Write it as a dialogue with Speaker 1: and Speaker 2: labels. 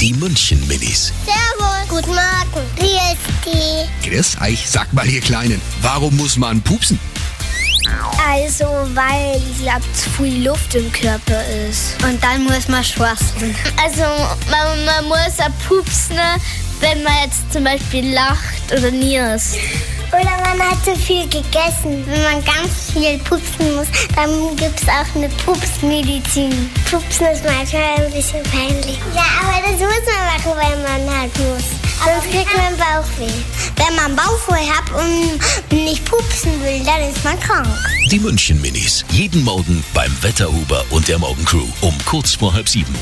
Speaker 1: Die München Minis.
Speaker 2: Servus. Guten Morgen. Wie ist die?
Speaker 1: Chris, ich sag mal ihr Kleinen, warum muss man pupsen?
Speaker 2: Also, weil ich glaube, zu viel Luft im Körper ist. Und dann muss man schwatzen. Also, man, man muss ja pupsen, wenn man jetzt zum Beispiel lacht oder niest. Oder man hat zu viel gegessen. Wenn man ganz viel pupsen muss, dann gibt es auch eine Pupsmedizin. Pupsen ist manchmal ein bisschen peinlich. Ja, aber das muss man machen, wenn man halt muss. Sonst kriegt man Bauchweh. Wenn man Bauchweh hat und nicht pupsen will, dann ist man krank.
Speaker 1: Die München Minis. Jeden Morgen beim Wetterhuber und der Morgencrew um kurz vor halb sieben.